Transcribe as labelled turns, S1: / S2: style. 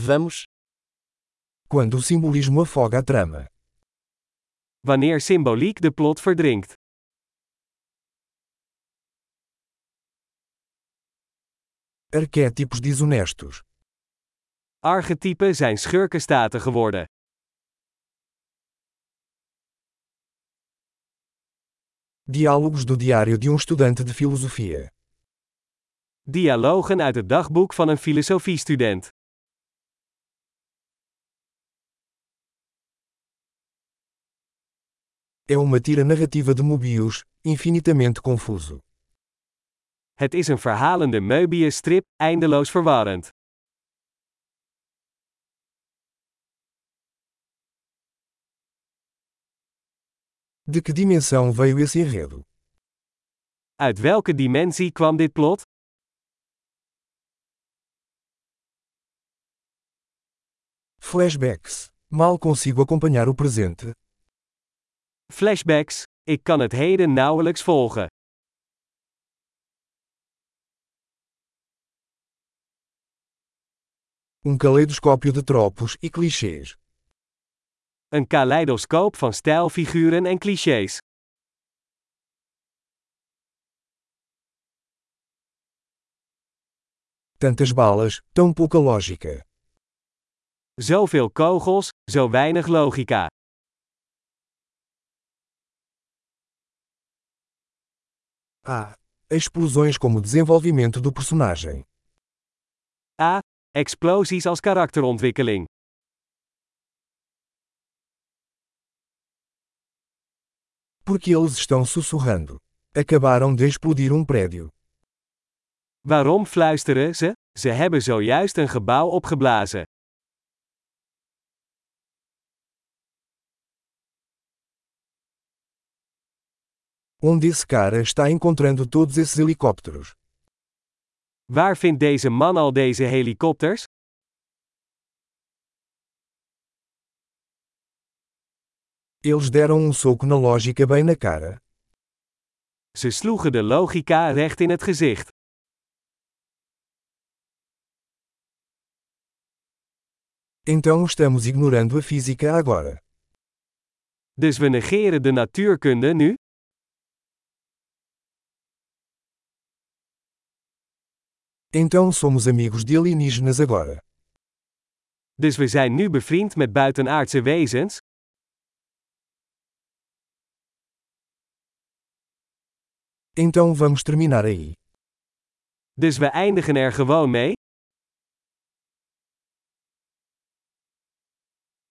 S1: Vamos.
S2: Quando o simbolismo afoga a trama.
S1: Wanneer symboliek de plot verdrinkt.
S2: Arquétipos desonestos.
S1: Archetypen zijn schurkenstaten geworden.
S2: Diálogos do diário de um estudante de filosofia.
S1: Dialogen uit het dagboek van een filosofiestudent.
S2: É uma tira narrativa de Mobius, infinitamente confuso.
S1: Het is een verhalende Möbius-strip, eindeloos verwarrend.
S2: De que dimensão veio esse enredo?
S1: Uit welke dimensie kwam dit plot?
S2: Flashbacks. Mal consigo acompanhar o presente.
S1: Flashbacks. Ik kan het heden nauwelijks volgen.
S2: Um caleidoscópio de tropos e clichês.
S1: Een kaleidoscoop van stijlfiguren en clichés.
S2: Tantas balas, tão pouca lógica.
S1: Zoveel kogels, zo weinig logica.
S2: Ah! Explosões como desenvolvimento do personagem.
S1: A. Explosies als karakterontwikkeling.
S2: Porque eles estão sussurrando. Acabaram de explodir um prédio.
S1: Waarom fluisteren ze? Ze hebben zojuist een gebouw opgeblazen.
S2: Onde esse cara está encontrando todos esses helicópteros?
S1: Waar vindt deze man al deze helikopters?
S2: Eles deram um soco na lógica bem na cara.
S1: Ze sloegen de logica recht in het gezicht.
S2: Então estamos ignorando a física agora.
S1: Dus we negeren de natuurkunde nu?
S2: Então somos amigos de alienígenas agora.
S1: Dus we zijn nu bevriend met buitenaardse wezens?
S2: Então vamos terminar aí. Então
S1: Dus we eindigen er gewoon mee?